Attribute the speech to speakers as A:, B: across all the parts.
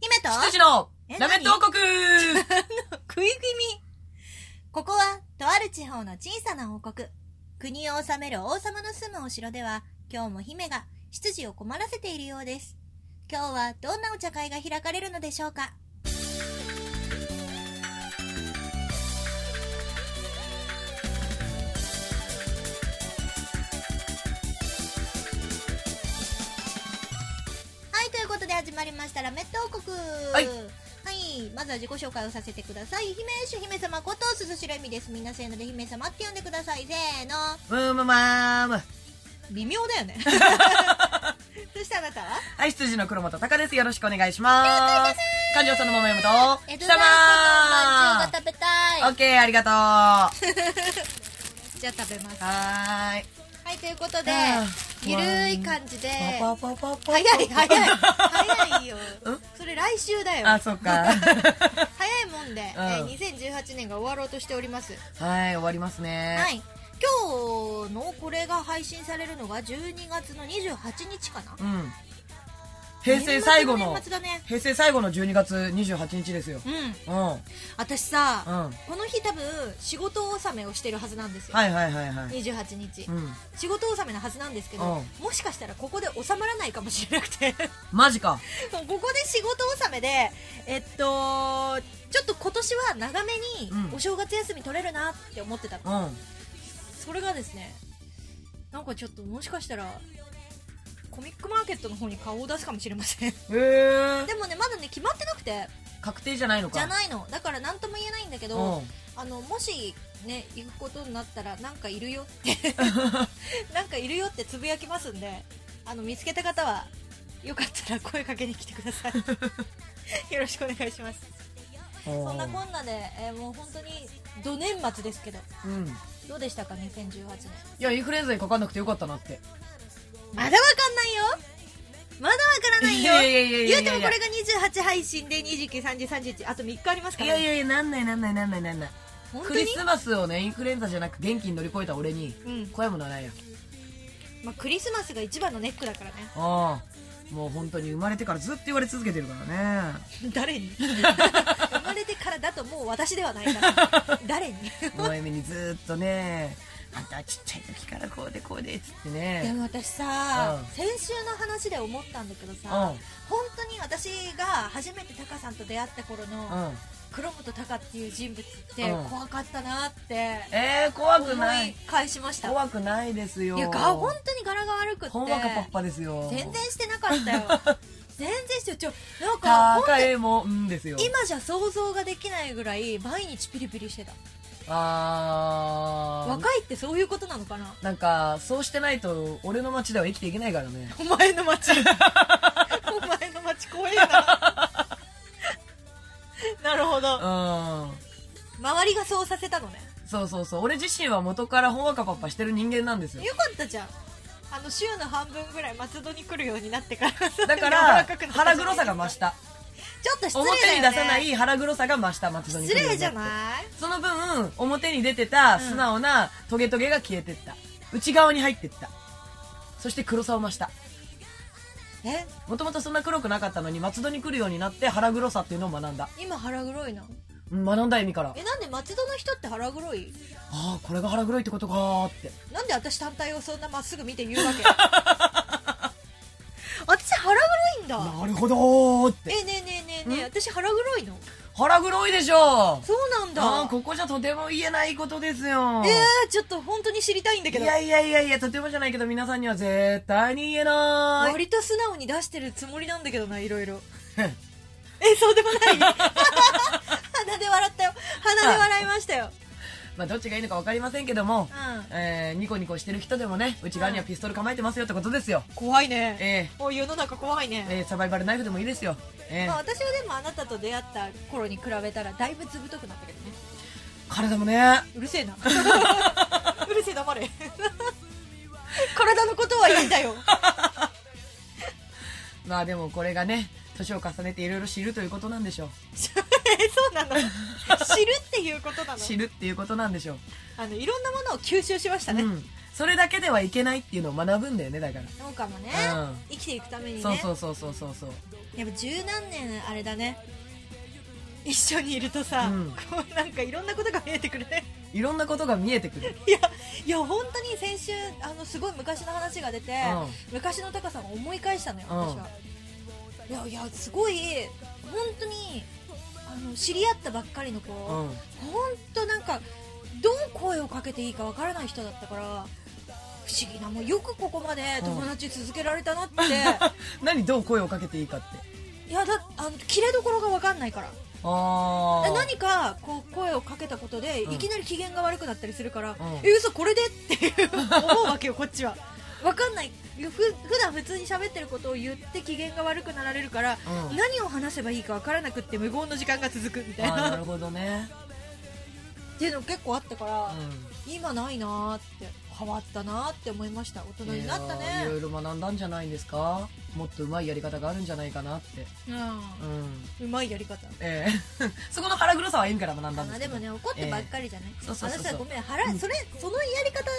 A: 姫と
B: 羊の
A: え
B: ラメット王国
A: 食い気味ここは、とある地方の小さな王国。国を治める王様の住むお城では、今日も姫が執事を困らせているようです。今日はどんなお茶会が開かれるのでしょうかはい、ということで始まりましたラメット王国。
B: はい
A: はいまずは自己紹介をさせてください。姫主姫様こと鈴代美です。みんなせーので姫様って呼んでください。せーの。
B: ムームマーム。
A: 微妙だよね。 そしてあなたは
B: はい、羊の黒本隆です。よろしくお願いします。感情さんのまま読むと、
A: 江
B: 貴
A: 戸
B: 様
A: 川さんのまんじゅうが食べ
B: オ
A: たい
B: ッ。ケー、あり がとう。は
A: じゃあ食べます。
B: ーい。
A: はい、ということで
B: あ、ー
A: ゆるい感じで、
B: パパパパパ
A: 早い早い。早いよ
B: うん。
A: それ来週だよ。
B: あ、そ っか。
A: 早いもんで、えー
B: うん
A: 2018年が終わろうとしております。
B: はい、終わりますね。
A: はい。今日のこれが配信されるのが12月の28日かな
B: うん。平成最後の
A: 年、末だね。
B: 平成最後の12月28日ですよ。
A: うん。
B: うん。うん。は
A: 私さ、
B: うん
A: この日多分仕事納めをしてるはずなんです
B: い
A: よ。
B: はいはいはい。
A: 28日
B: う。ん。
A: 仕事納めのはずなんですけど、もしかしたらここで収まらないかもしれなくて
B: マジか。
A: ここで仕事納めでえっとちょっと今年は長め
B: う
A: に
B: ん
A: お正月休み取れるなって思ってたの、
B: うん。
A: それがですねなんかちょっともしかしたらコミックマーケットの方に顔を出すかもしれません
B: えー。
A: でもねまだね決まってなくて
B: 確定じゃないのか。
A: じゃ
B: い
A: ないのだから何とも言えないんだけ
B: う
A: ど、
B: ん。
A: あのもしね行くことになったらなんかいるよって なんかいるよってつぶやきますんであの見つけた方はよかったら声かけに来てください よろしくお願いしますそんなこんなで、えーもう本当にど年末ですけど
B: うん。
A: どうでしたか2018年
B: いや、インフルエンザにかかんなくてよかったなって。
A: まだわかんないよまだわからない
B: い
A: よ
B: やいやいやいや
A: 言うて
B: いや
A: も
B: い
A: こ
B: や
A: れが28配信で29、30、31あと3日ありますか
B: い
A: ら、
B: やい
A: ね、
B: やいやなんないなんないなんないなんない
A: 本当
B: ク
A: に
B: リ、スマスをねインフルエンザじゃなく元気に乗り越えた俺に
A: うん
B: 声もならんよ
A: まあ、クリスマスが一番のネックだからね
B: ああもう本当に生まれてからずっと言われ続けてるからね
A: 誰に生まれてからだともう私ではない から誰に
B: お前目にずっとねあんたはちっちゃい時からこうでこうでっつっ
A: で
B: てね
A: も私さ、
B: うん
A: 先週の話で思ったんだけど
B: う
A: さ、
B: ん
A: 本当に私が初めてタカさんと出会った頃の
B: うん
A: 黒本タカっていう人物って
B: うん
A: 怖かったなって
B: えー、怖
A: 思
B: くないい
A: 返しました、
B: 怖くないですよ
A: いやが本当に柄が悪くって
B: ほんわかパッパですよ
A: 全然してなかったよ 全然してよちょなんか本
B: 高いもんですよ
A: 当今じゃ想像ができないぐらい毎日ピリピリしてた
B: ああ
A: 若いってそういうことなのかな
B: なんかそうしてないと俺の街では生きていけないからね
A: お前の町お前の町怖えななるほど
B: うん
A: 周りがそうさせたのね
B: そうそうそう俺自身は元からほんわかパッパしてる人間なんですよ
A: よかったじゃんあの週の半分ぐらい松戸に来るようになってから
B: だか
A: 柔
B: ら
A: かくなった
B: 腹黒さが増した
A: ちょっと失礼だよ、ね、
B: 表に出さない腹黒さが増した松戸に来
A: 失
B: るよう
A: 礼
B: に
A: じ
B: な
A: ゃ
B: って
A: ない
B: その分表に出てた素直なトゲトゲが消えてった内側に入ってったそして黒さを増した
A: え
B: もともとそんな黒くなかったのに松戸に来るようになって腹黒さっていうのを学んだ
A: 今腹黒いな
B: うん学んだ意味から
A: えなんで松戸の人って腹黒い
B: ああこれが腹黒いってことかーって
A: なんで私単体をそんなまっすぐ見て言う わけ私腹黒いんだ
B: なるほどーっ
A: え
B: て
A: ねえねえねえねえ私腹黒いの
B: 腹黒いでしょ
A: そうなんだ
B: ああここじゃとても言えないことですよ
A: えー、ちょっと本当に知りたいんだけ
B: い
A: ど
B: やいやいやいや、とてもじゃないけど、皆さんには絶対に言えない。
A: 割と素直に出してるつもりなんだけどないろいろ えそうでもない 鼻で笑ったよ鼻で笑いましたよ、
B: まあ、どっちがいいのか分かりませんけども、
A: うん、
B: えーニコニコしてる人でもね、内側にはピストル構えてますよってことですよ。
A: 怖いね
B: え
A: もう世の中怖い
B: ー
A: ね、
B: えーサバイバルナイフでもいいですよ。え
A: まあ、
B: ー
A: 私はでもあなたと出会った頃に比べたらだいぶずぶとくなったけどね
B: 体もね、
A: うるせえ なうるせえ黙れ 体のことはいいんだ よ
B: まあでもこれがね、年を重ねていろいろ知るということなんでしょう。
A: えそうなの知るっていうことなの
B: 知るっていうことなんでしょう。
A: あのいろんなものを吸収しましたね、
B: うん。それだけではいけないっていうのを学ぶんだよねだか
A: 農家もね、
B: らうん
A: 生きていくためにね
B: そうそうそうそうそうそう
A: やっぱ十何年あれだね一緒にいるとさ、
B: うん
A: こうなんかいろんなことが見えてくるね
B: いろんなことが見えてくる、
A: いやいや本当に先週あのすごい昔の話が出て、
B: う
A: 昔のタカさんを思い返したのよ、
B: うん
A: 私はいやいやすごい本当にあの知り合ったばっかりの子、
B: んうん、
A: 本当なんかどう声をかけていいかわからない人だったから不思議なもうよくここまで友達続けられた なって、
B: 何どう声をかけていいかって
A: いやだあの切れどころがわかんないから
B: ああ
A: え何かこう声をかけたことで、
B: うん
A: いきなり機嫌が悪くなったりするから、
B: ん
A: え嘘これでっていう思うわけよこっちは分かんないふ普段普通に喋ってることを言って機嫌が悪くなられるから、
B: うん
A: 何を話せばいいか分からなくって無言の時間が続くみたい
B: あーな
A: な
B: る
A: っ
B: ほ どね、
A: ていうの結構あったから、
B: う
A: 今ないなーって変わったなーって思いました大
B: ん、
A: 人になったね
B: いやーいろいろ学んだんじゃないんですかもっとうまいやり方があるんじゃないかなってう
A: うんんうまいやり方
B: え えそこの腹黒さは意味から学んだんです
A: あ
B: け
A: で
B: ど
A: もね怒ってばっかりじゃない、
B: えそうそうそうそう
A: あのさごめん腹
B: うん
A: それそのやり方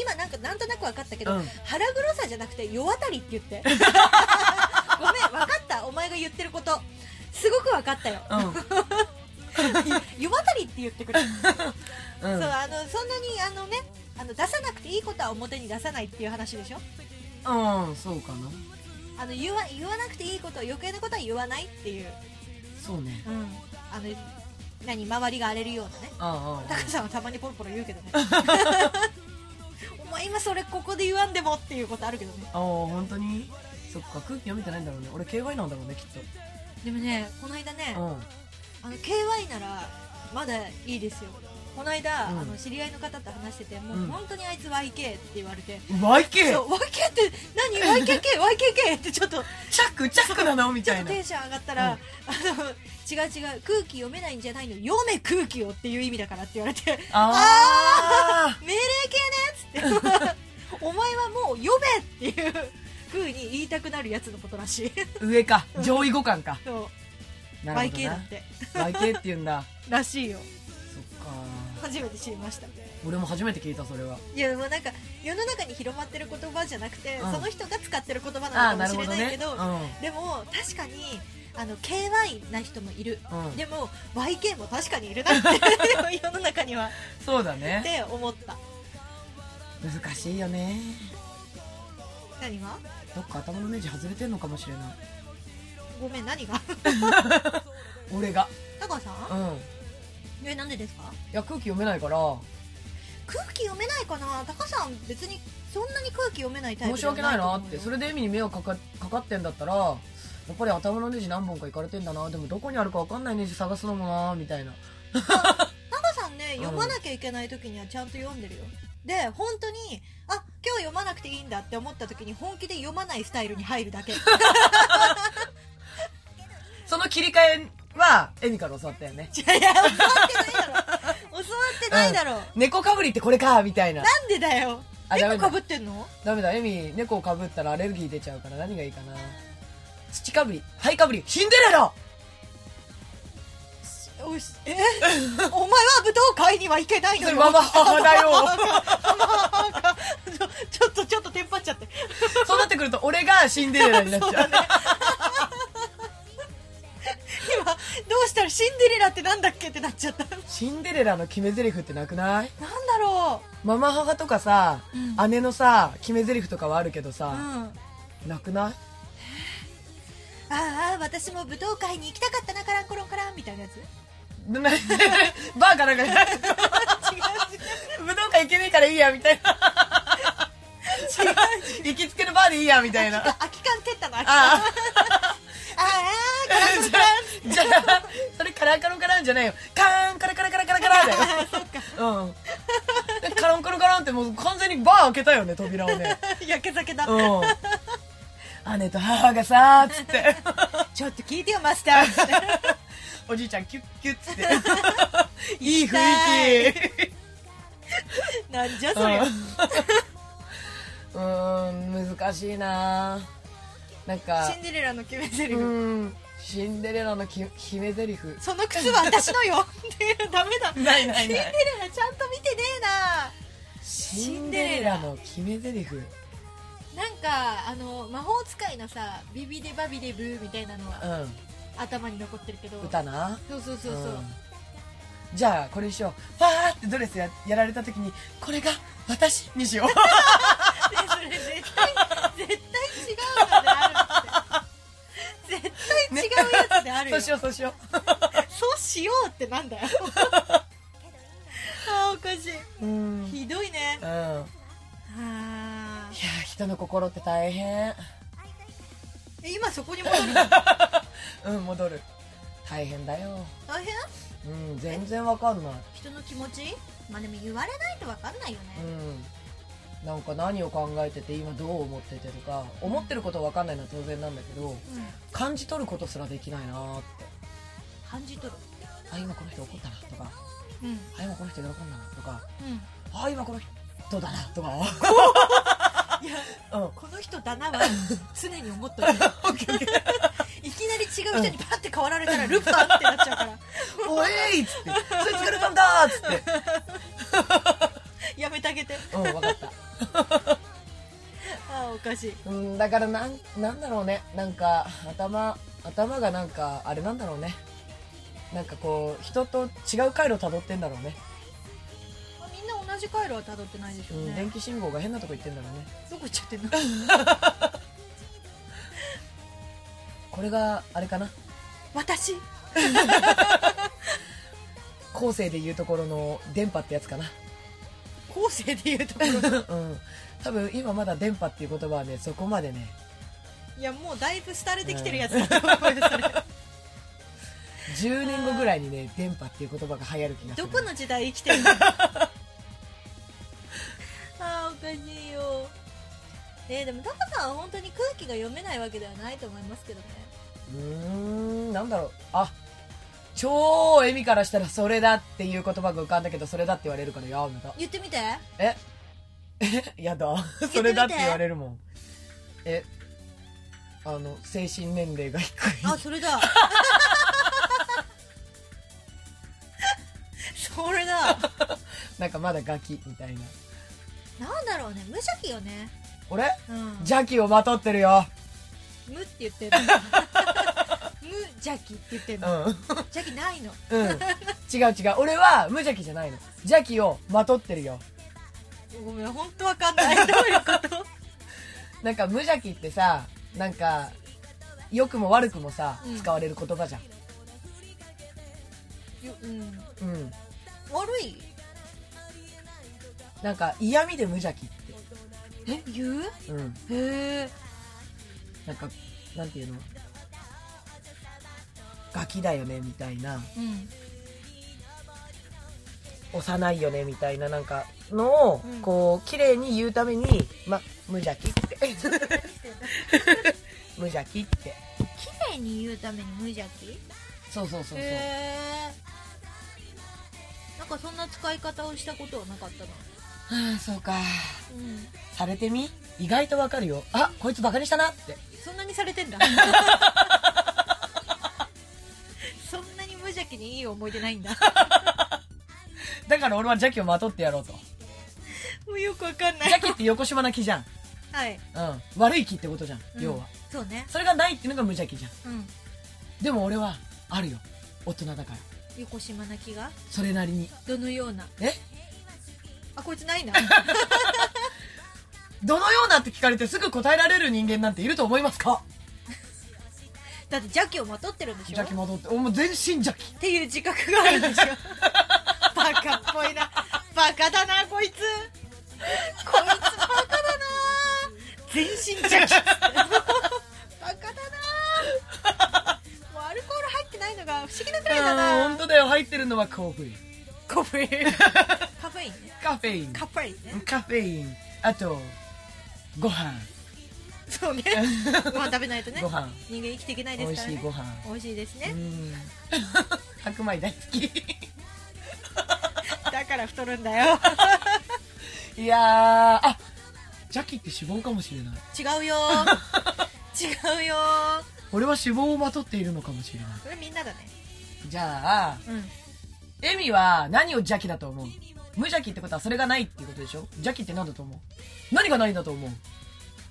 A: 今なんかなんとなく分かったけど、
B: うん
A: 腹黒さじゃなくて世渡りって言って ごめん分かったお前が言ってることすごく分かったよ
B: うん、うん
A: 世渡りって言ってくれ、
B: う ん
A: そうあのそんなにあのねあの出さなくていいことは表に出さないっていう話でしょ
B: うん、そうかな
A: あの言わ言わなくていいこと余計なことは言わないっていう、
B: そうね
A: うん、あの何周りが荒れるようなね
B: ああ
A: タカ さんはたまにポロポロ言うけどねお前今それここで言わんでもっていうことあるけどね
B: ああ本当にそっか空気読めてないんだろうね俺 KY なんだろうねきっ
A: でもねこの間ね
B: とうん
A: あの KY ならまだいいですよこの間、
B: うん
A: あの知り合いの方と話してても
B: う
A: うん本当にあいつ YK って言われて、そ
B: YK
A: う YK って何 YKKYKK ってちょっと
B: チャックチャックなのみ
A: ちょ
B: た
A: っ
B: い
A: と
B: な
A: テンション上がったら、
B: うん
A: あの違う違う空気読めないんじゃないの読め空気をっていう意味だからって言われて
B: あ
A: 命令系ねっつって お前はもう読めっていう風に言いたくなるやつのことらしい
B: あ上か上位互換か
A: そう
B: なるほど
A: YK だ
B: な
A: って
B: YK って言うんだ
A: らしいよ
B: そっか
A: 初めて知りました
B: 俺も初めて聞いたそれはい
A: やもうなんか世の中に広まってる言葉じゃなくて、
B: うん
A: その人が使ってる言葉
B: あ
A: な
B: あ
A: の
B: な
A: か
B: る
A: も
B: ほ
A: しれ
B: ど
A: ない
B: ね
A: けどでも確かにあの KY な人もいる
B: うん、うん、
A: でも YK も確かにいるなって世の中には
B: そうだ
A: っ
B: ね
A: て思った
B: 難しいよね
A: 何が
B: どっか頭のネジ外れてんのかもしれない
A: ごめん何が
B: 俺が
A: 高さ
B: うんんい
A: えなんでですか
B: や空気読めないから
A: 空気読めないかなタカさん別にそんなに空気読めないタイプ
B: 申し訳ないなってそ
A: れ
B: れで意味に迷惑かかかかってんだったらやっぱり頭のネジ何本かいかれてんだなでもどこにあるか分かんないネジ探すのもなみたいな
A: タカさんね
B: うん
A: 読まなきゃいけない時にはちゃんと読んでるよで本当にあ今日読まなくていいんだって思った時に本気で読まないスタイルに入る だけ違
B: その切り替えはエミから教わったよね
A: ういや教わってないだろ教わってないだろ、
B: 猫かぶりってこれかみたいな
A: なんでだよ
B: あダメ
A: 猫か
B: だ
A: ぶってんの
B: ダメだエミ猫をかぶったらアレルギー出ちゃうから何がいいかな土かぶり灰かぶりシンデレラ
A: おしえお前は舞踏会には行けない
B: そ
A: の
B: れ
A: よ
B: ママ母 だよ
A: ちょちょっとちょっとテンパっちゃって
B: そうなってくると俺がシンデレラになっち ゃう
A: 今どうしたらシンデレラってなんだっけってなっちゃったなんだ
B: シンデレラの決め台詞ってなくない
A: ろ
B: ママ母とかさ、
A: う
B: 姉のさ決め台詞とかはあるけど
A: う、うん、
B: さ、
A: あ
B: なくない
A: あ私も舞踏会に行きたかったなカランコロンカランみたいなや つ違う
B: なバーかなんか じゃない武道館行けねえからいいやみたいな
A: 違う違う
B: 行きつけのバーでいいやみたいな
A: 空き缶蹴ったの空き缶あ
B: あ
A: あ
B: あじゃあじゃあそれカランカロンカランじゃないよカーンカラカラカラカラカラだよ うんでカロンカロンカランってもう完全にバー開けたよね扉をね
A: やけ酒だ、
B: うん姉と母がさつって
A: ちょっと聞いてよマスター
B: おじいちゃんキュッキュッつってい
A: 行
B: い
A: きた
B: 雰囲気
A: なんじゃ
B: う
A: それ、
B: んうん難しいななんか
A: シンデレラの決め台詞、
B: うんシンデレラのき決め台詞
A: その靴 は私のよっていうダメだ
B: ないない
A: シ
B: ない
A: ンデレラちゃんと見てねえな
B: シシンデレラの決め台詞
A: なんかあの魔法使いのさ「ビビデバビデブー」みたいなのは
B: う
A: 頭に残ってるけど
B: ん歌な
A: そうそうそうそう、
B: うんじゃあこれにしようわーってドレスややられた時にこれが私にしよ
A: でそれ絶対絶対違うのであるって絶対違うやつであ
B: う
A: る
B: そ
A: よ、
B: うしようそうしよ
A: そうしようってなんだよ あーおかし
B: ううんうん
A: い
B: い
A: ひどいね
B: や
A: あー
B: ー人の心って大変
A: え今そこに戻 る
B: うん戻る大変だよ
A: 大変
B: うん全然わかんない
A: 人の気持ちまあでも言われないと分かんないよね、
B: うんなんか何を考えてて今どう思っててとか思ってることわかんないのは当然なんだけど
A: うん
B: 感じ取ることすらできないなーって
A: 感じ取る
B: あ今この人怒ったなとか
A: うんうん
B: あ今この人喜んだなとかあ今この人だなとか
A: いや
B: うんオ
A: この人だなは常に思っとる
B: ッケーオッケー
A: いきなり違う人にパッて変わられたらルパンってなっちゃうから
B: おえいっつってそいつから飛んだーっつって
A: やめてあげて
B: うん分かった
A: ああおかしい
B: うんだからなんなんだろうねなんか頭頭がなんかあれなんだろうねなんかこう人と違う回路辿ってんだろうね
A: まあみんな同じ回路は辿ってないでし
B: う、
A: ょうん
B: 電
A: ね、
B: 気信号が変なとこ行ってんだろうね
A: どこ行っちゃってんの
B: これがあれかな
A: 私
B: 後世で言うところの電波ってやつかな
A: 後世でいうところの
B: うん多分今まだ電波っていう言葉はねそこまでね
A: いやもうだいぶ廃れてきてるやつだと思うよそれ
B: 10年後ぐらいにね電波っていう言葉が流行る気がす
A: ど
B: る
A: この時代生きてる のあーおかしいよ、ねえ、でもタカさんは本当に空気が読めないわけではないと思いますけどね
B: うーんなんだろうあ超エミからしたらそれだっていう言葉が浮かんだけどそれだって言われるからやめた
A: 言ってみて
B: ええ やだそれだって言われるもんえあの精神年齢が低い
A: あそれ だそれだ
B: なんかまだガキみたいな
A: なんだろうね無邪気よね
B: 俺
A: うん
B: 邪気をまとってるよ
A: 無って言ってる 無邪気って言ってるの
B: うん
A: 邪気ないの
B: うん、違う違う俺は無邪気じゃないの邪気をまとってるよ
A: ごめん本当わかんない どういうこと
B: なんか無邪気ってさなんか良くも悪くもさ、
A: うん
B: 使われる言葉じゃん
A: ようん
B: うん
A: 悪い
B: なんか嫌味で無邪気っ
A: え言う
B: てうん
A: へえ
B: なんかなんていうのガキだよねみたいな
A: うん
B: 幼いよねみたいななんかのを、
A: うん
B: こう綺麗に言うためにま無邪気って 無邪気って
A: 綺麗に言うために無邪気へ
B: そうそうそうそう、
A: えなんかそんな使い方をしたことはなかったな
B: はあそうか
A: うん
B: されてみ意外とわかるよあこいつバカにしたなって
A: そんなにされてん だそんなに無邪気にいい思い出ないんだ
B: だから俺は邪気をまとってやろうと
A: もうよくわかんない
B: 邪気って横島な木じゃん、
A: はい、
B: うん、悪い木ってことじゃん
A: うん
B: 要は、
A: そうね
B: それがないっていうのが無邪気じゃん
A: うん
B: でも俺はあるよ大人だから
A: 横島な気が
B: それなりに
A: どのような
B: え
A: あこいつない な
B: どのようなって聞かれてすぐ答えられる人間なんていると思いますか
A: だって邪気をまとってるんでしょ
B: 邪気まとっておもう全身邪気
A: っていう自覚があるんで しょバカっぽいなバカだなこいつこいつバカだな全身邪気っつって バカだなもうアルコール入ってないのが不思議なくらい
B: あー
A: だ
B: 本
A: な
B: 当だよ入ってるのはコーヒー
A: カフェインカフェインね
B: カフェイン
A: カフェインね
B: カフェインあとご飯
A: そうねご飯食べないとね
B: ご飯
A: 人間生きていけない
B: 美
A: です
B: 味
A: から
B: しい
A: ね
B: ご飯
A: 美味しいです
B: う
A: ね
B: ん白米大好き
A: だから太るんだよ
B: いやーあ邪気って脂肪かもしれない
A: 違うよ 違うよ
B: 俺は脂肪をまとっているのかもしれない
A: これみんなだね
B: じゃあ
A: うん
B: エミは何を邪気だと思う無邪気ってことはそれがないっていうことでしょ邪気って何だと思う何がないんだと思う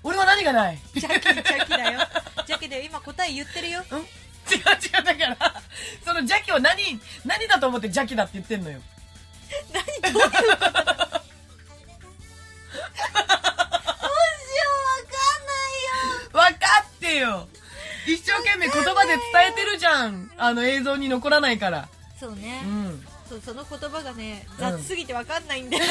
B: 俺は何がない
A: ジャキジャキだ よジャキだよ今答え言ってるよ
B: うん違う違うだからその邪気を何何だと思って邪気だって言ってんのよ
A: 何どういうことどうしようわかんないよ
B: 分かってよ一生懸命言葉で伝えてるじゃんあの映像に残らないから
A: そうね
B: う、ん
A: そうその言葉がね
B: ん
A: 雑すぎてわかんないんだよ、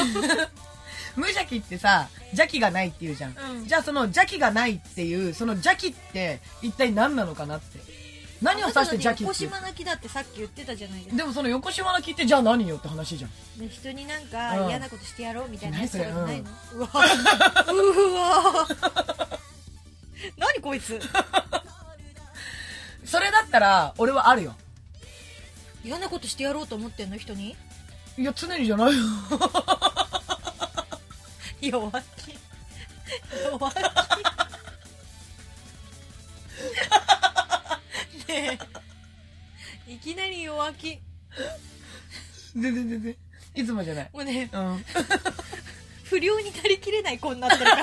B: 無邪気ってさ邪気がないっていうじゃん、
A: うん
B: じゃあその邪気がないっていうその邪気って一体何なのかなって何を指して邪気っ
A: 横
B: ていう
A: 島泣きだってさっき言ってたじゃないですか
B: でもその横島な聞いてじゃあ何よって話じゃん
A: ね人になん
B: うん
A: か嫌なことしてやろうみたいなやつとかじゃないの、うわうわ 何こいつ
B: それだったら俺はあるよ
A: 嫌なことしてやろうと思ってんの人に
B: いや常にじゃないよ
A: 弱気弱気ねえいきなり弱気
B: 全然全然いつもじゃない
A: もうね
B: うん
A: 不良になりきれない子になってるから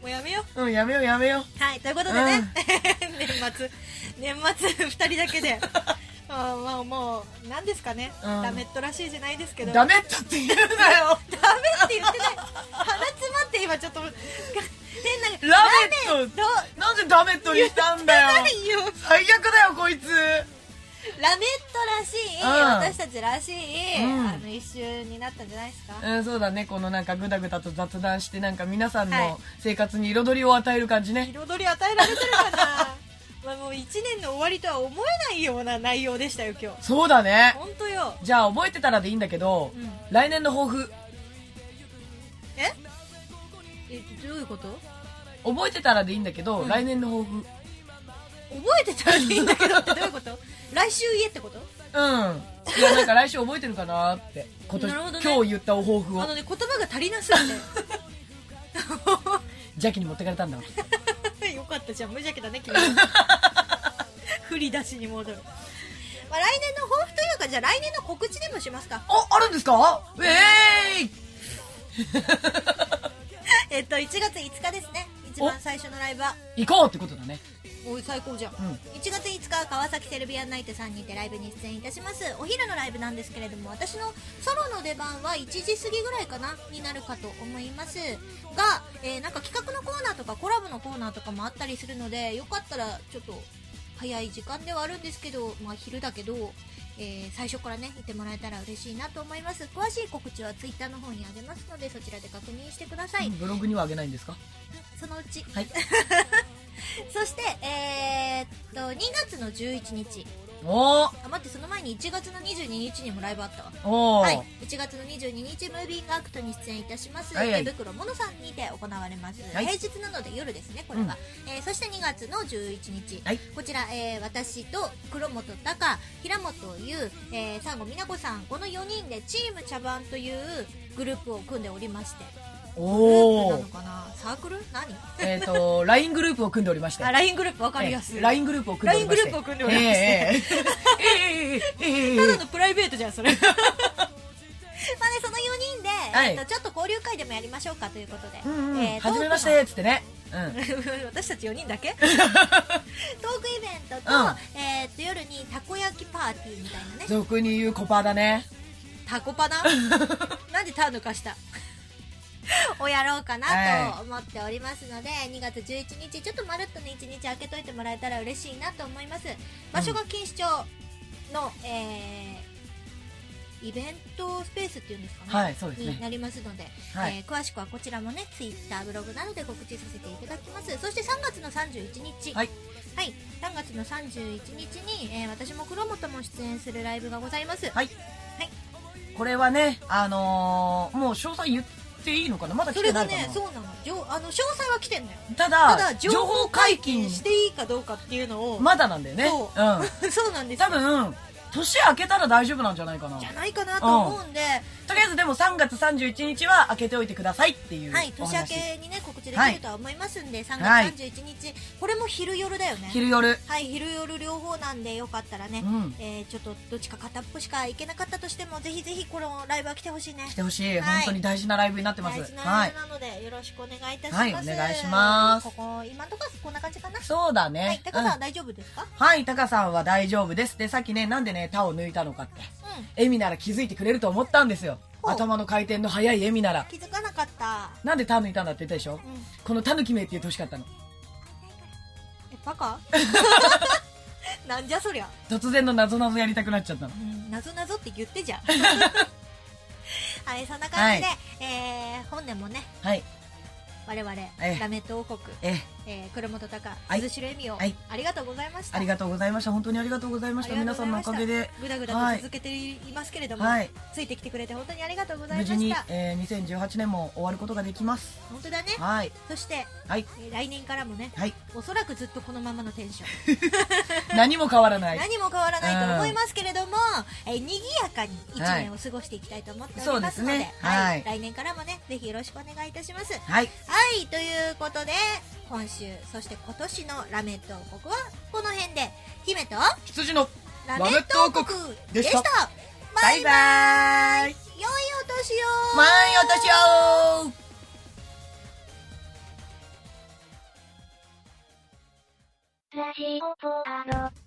A: もうやめよう
B: うんやめようやめよう
A: はい、ということでね、 年末、年末二人だけで、あーまあもう、なんですかね、
B: うん
A: ダメっとらしいじゃないですけど、
B: ダメったって言うなよ
A: ダメって言ってない、鼻詰まって今ちょっと、変な、
B: ラメット
A: どう、
B: なんでダメットにしたんだよ
A: ないよ、
B: 最悪だよこいつ
A: ラメットらしい、
B: うん
A: 私たちらしい、
B: うん
A: あの一周になったんじゃないですか。
B: うん、そうだねこのなんかグダグダと雑談してなんか皆さん
A: はい
B: の生活に彩りを与える感じね、
A: 彩り与えられてるかな まあもう一年の終わりとは思えないような内容でしたよ、今日。
B: そうだね
A: 本当よ。
B: じゃあ覚えてたらでいいんだけど、
A: うん
B: 来年の抱負
A: ええ、どういうこと
B: 覚えてたらでいいんだけど、
A: うん
B: 来年の抱負
A: 覚えてたらいいんだけどってどういうこと来週言えってこと
B: うんいやなんか来週覚えてるかなって今年
A: なるほどね
B: 今日言ったお抱負を
A: あのね言葉が足りなすぎ
B: 邪気に持ってかれたんだわ
A: て よかったじゃん無邪気だね君 振り出しに戻る、まあ、来年の抱負というかじゃあ来年の告知でもしますか
B: ああるんですかええー、
A: えっと1月5日ですね一番最初のライブは
B: 行こうってことだね
A: おい最高じゃん、
B: ん
A: 1月5日川崎セルビアンナイトさんにてライブに出演いたしますお昼のライブなんですけれども私のソロの出番は1時過ぎぐらいかなになるかと思いますが、えーなんか企画のコーナーとかコラボのコーナーとかもあったりするのでよかったらちょっと早い時間ではあるんですけど、まあ、昼だけど、えー最初からね見てもらえたら嬉しいなと思います詳しい告知は Twitter の方にあげますのでそちらで確認してください、
B: ブログにはあげないんですか
A: そのうち
B: はい
A: そして、えーっと2月の11日
B: おー
A: あ待ってその前に1月の22日にもライブあったわ
B: おー、
A: はい、1月の22日ムービングアクトに出演いたします、
B: はいはい
A: 池袋モノさんにて行われます、
B: はい
A: 平日なので夜ですねこれは、えーそして2月の11日、
B: はい
A: こちら、えー私と黒本隆平本優、えー、サンゴ美奈子さんこの4人でチーム茶番というグループを組んでおりましてグル
B: お
A: ープ
B: ー
A: なのかなサークル何
B: えっ、と LINE グループを組んでおりまして
A: あ LINE グループわかりやすい、
B: ライングループを組んでおりまし
A: LINE
B: て。
A: グループを組んでおりまして
B: ええ。えええええええ え
A: た
B: え
A: だのプライベートじゃんそ れまあねその4人で、
B: はい
A: えっとちょっと交流会でもやりましょうかということで、
B: えうんうん
A: えー
B: はじめましてっつってね。うん。
A: トークの 私たち4人だ けトークイベントと,、
B: うん
A: えーっと夜にたこ焼きパーティーみたいなね
B: 俗に言うコパだね。
A: たこパ ななんでター抜かしたをやろうかなと思っておりますので、2月11日ちょっとまるっとね1日開けといてもらえたら嬉しいなと思います場所が錦糸町の、えーイベントスペースっていうんですかね、
B: はい、そうです
A: に
B: ね。
A: なりますので、
B: はい
A: えー詳しくはこちらもねツイッターブログなどで告知させていただきますそして3月の31日
B: はい、
A: はい3月の31日に、えー私も黒本も出演するライブがございます
B: はい。これはね、あのーもう詳細言っていいのかなまだ来
A: そ
B: て
A: れ
B: な
A: が
B: いかな
A: ねそうなのじょあの詳細は来てんのよた
B: ただ
A: だ、
B: 情報解禁
A: していいかどうかっていうのを、
B: まだなんだよ ね。
A: そう
B: うん。
A: そうなんですよ
B: 多分、年明けたら大丈夫なんじゃないかな
A: じゃないかなと思うんで、
B: とりあえずでも3月31日は開けておいてくださいっていうお話、
A: はい、年明けにね告知できるとは思いますんで、
B: はい
A: 3月31日、これも昼夜だよね
B: 昼夜
A: はい昼夜両方なんでよかったらね、
B: うん
A: えーちょっとどっちか片っぽしか行けなかったとしてもぜひぜひこのライブは来てほしいね
B: 来てほし
A: は
B: い、
A: い
B: 本当に大事なライブになってま
A: 大
B: す
A: 事な
B: は
A: ライ
B: い
A: ブなのでよろしくお願いいたします、
B: はいお願いします
A: ここ今のところこんな感じかな
B: そうだね
A: はい、タカさん
B: う
A: は
B: ん
A: 大丈夫ですか
B: はいタカさんは大丈夫ですでさっきねなんでね他を抜いたのかって
A: うん、
B: エミなら気づいてくれると思ったんですよ
A: ほう
B: 頭の回転の速いエミなら
A: 気づかなかった
B: なんでタヌいたんだって言ったでしょ
A: うん
B: このタヌキ名って言ってほしかったの
A: えバ カなんじゃそりゃ
B: 突然の謎々やりたくなっちゃったの
A: うんなぞなぞって言ってじゃ んはいそんな感じで、
B: は
A: えー本年もね
B: はい
A: 我々
B: え
A: ラメット王国、
B: え
A: えー、黒本隆
B: はい
A: 鈴代恵美を、
B: はい
A: ありがとうございました
B: ありがとうございました本当にありがとうございました
A: ありが
B: 皆
A: と
B: さ
A: うご
B: ん
A: ざ
B: の
A: い
B: お
A: ました
B: かげで
A: ぐだぐだと続けていますけれども、
B: はい
A: ついてきてくれて本当にありがとうござい
B: 無
A: ま
B: 事に
A: した、
B: えー2018年も終わることができます
A: 本当だね
B: はい
A: そして、
B: はい
A: えー来年からもね
B: はい
A: おそらくずっとこのままのテンション、
B: 何も変わらない
A: 何も変わらないと思いますけれども、えー、にぎやかに一年を過ごしていきたいと思っておりますので,、
B: はいそうですねはい
A: 来年からもねぜひよろしくお願いいたします
B: はい
A: はい、ということで、今週、そして今年のラメット王国は、この辺で、姫と
B: 羊の
A: ラメット王国でした。
B: でし
A: バ
B: バ
A: イ
B: イ
A: バイ
B: バイ
A: 良いお年を
B: 前落としよう
C: ラジオポアド。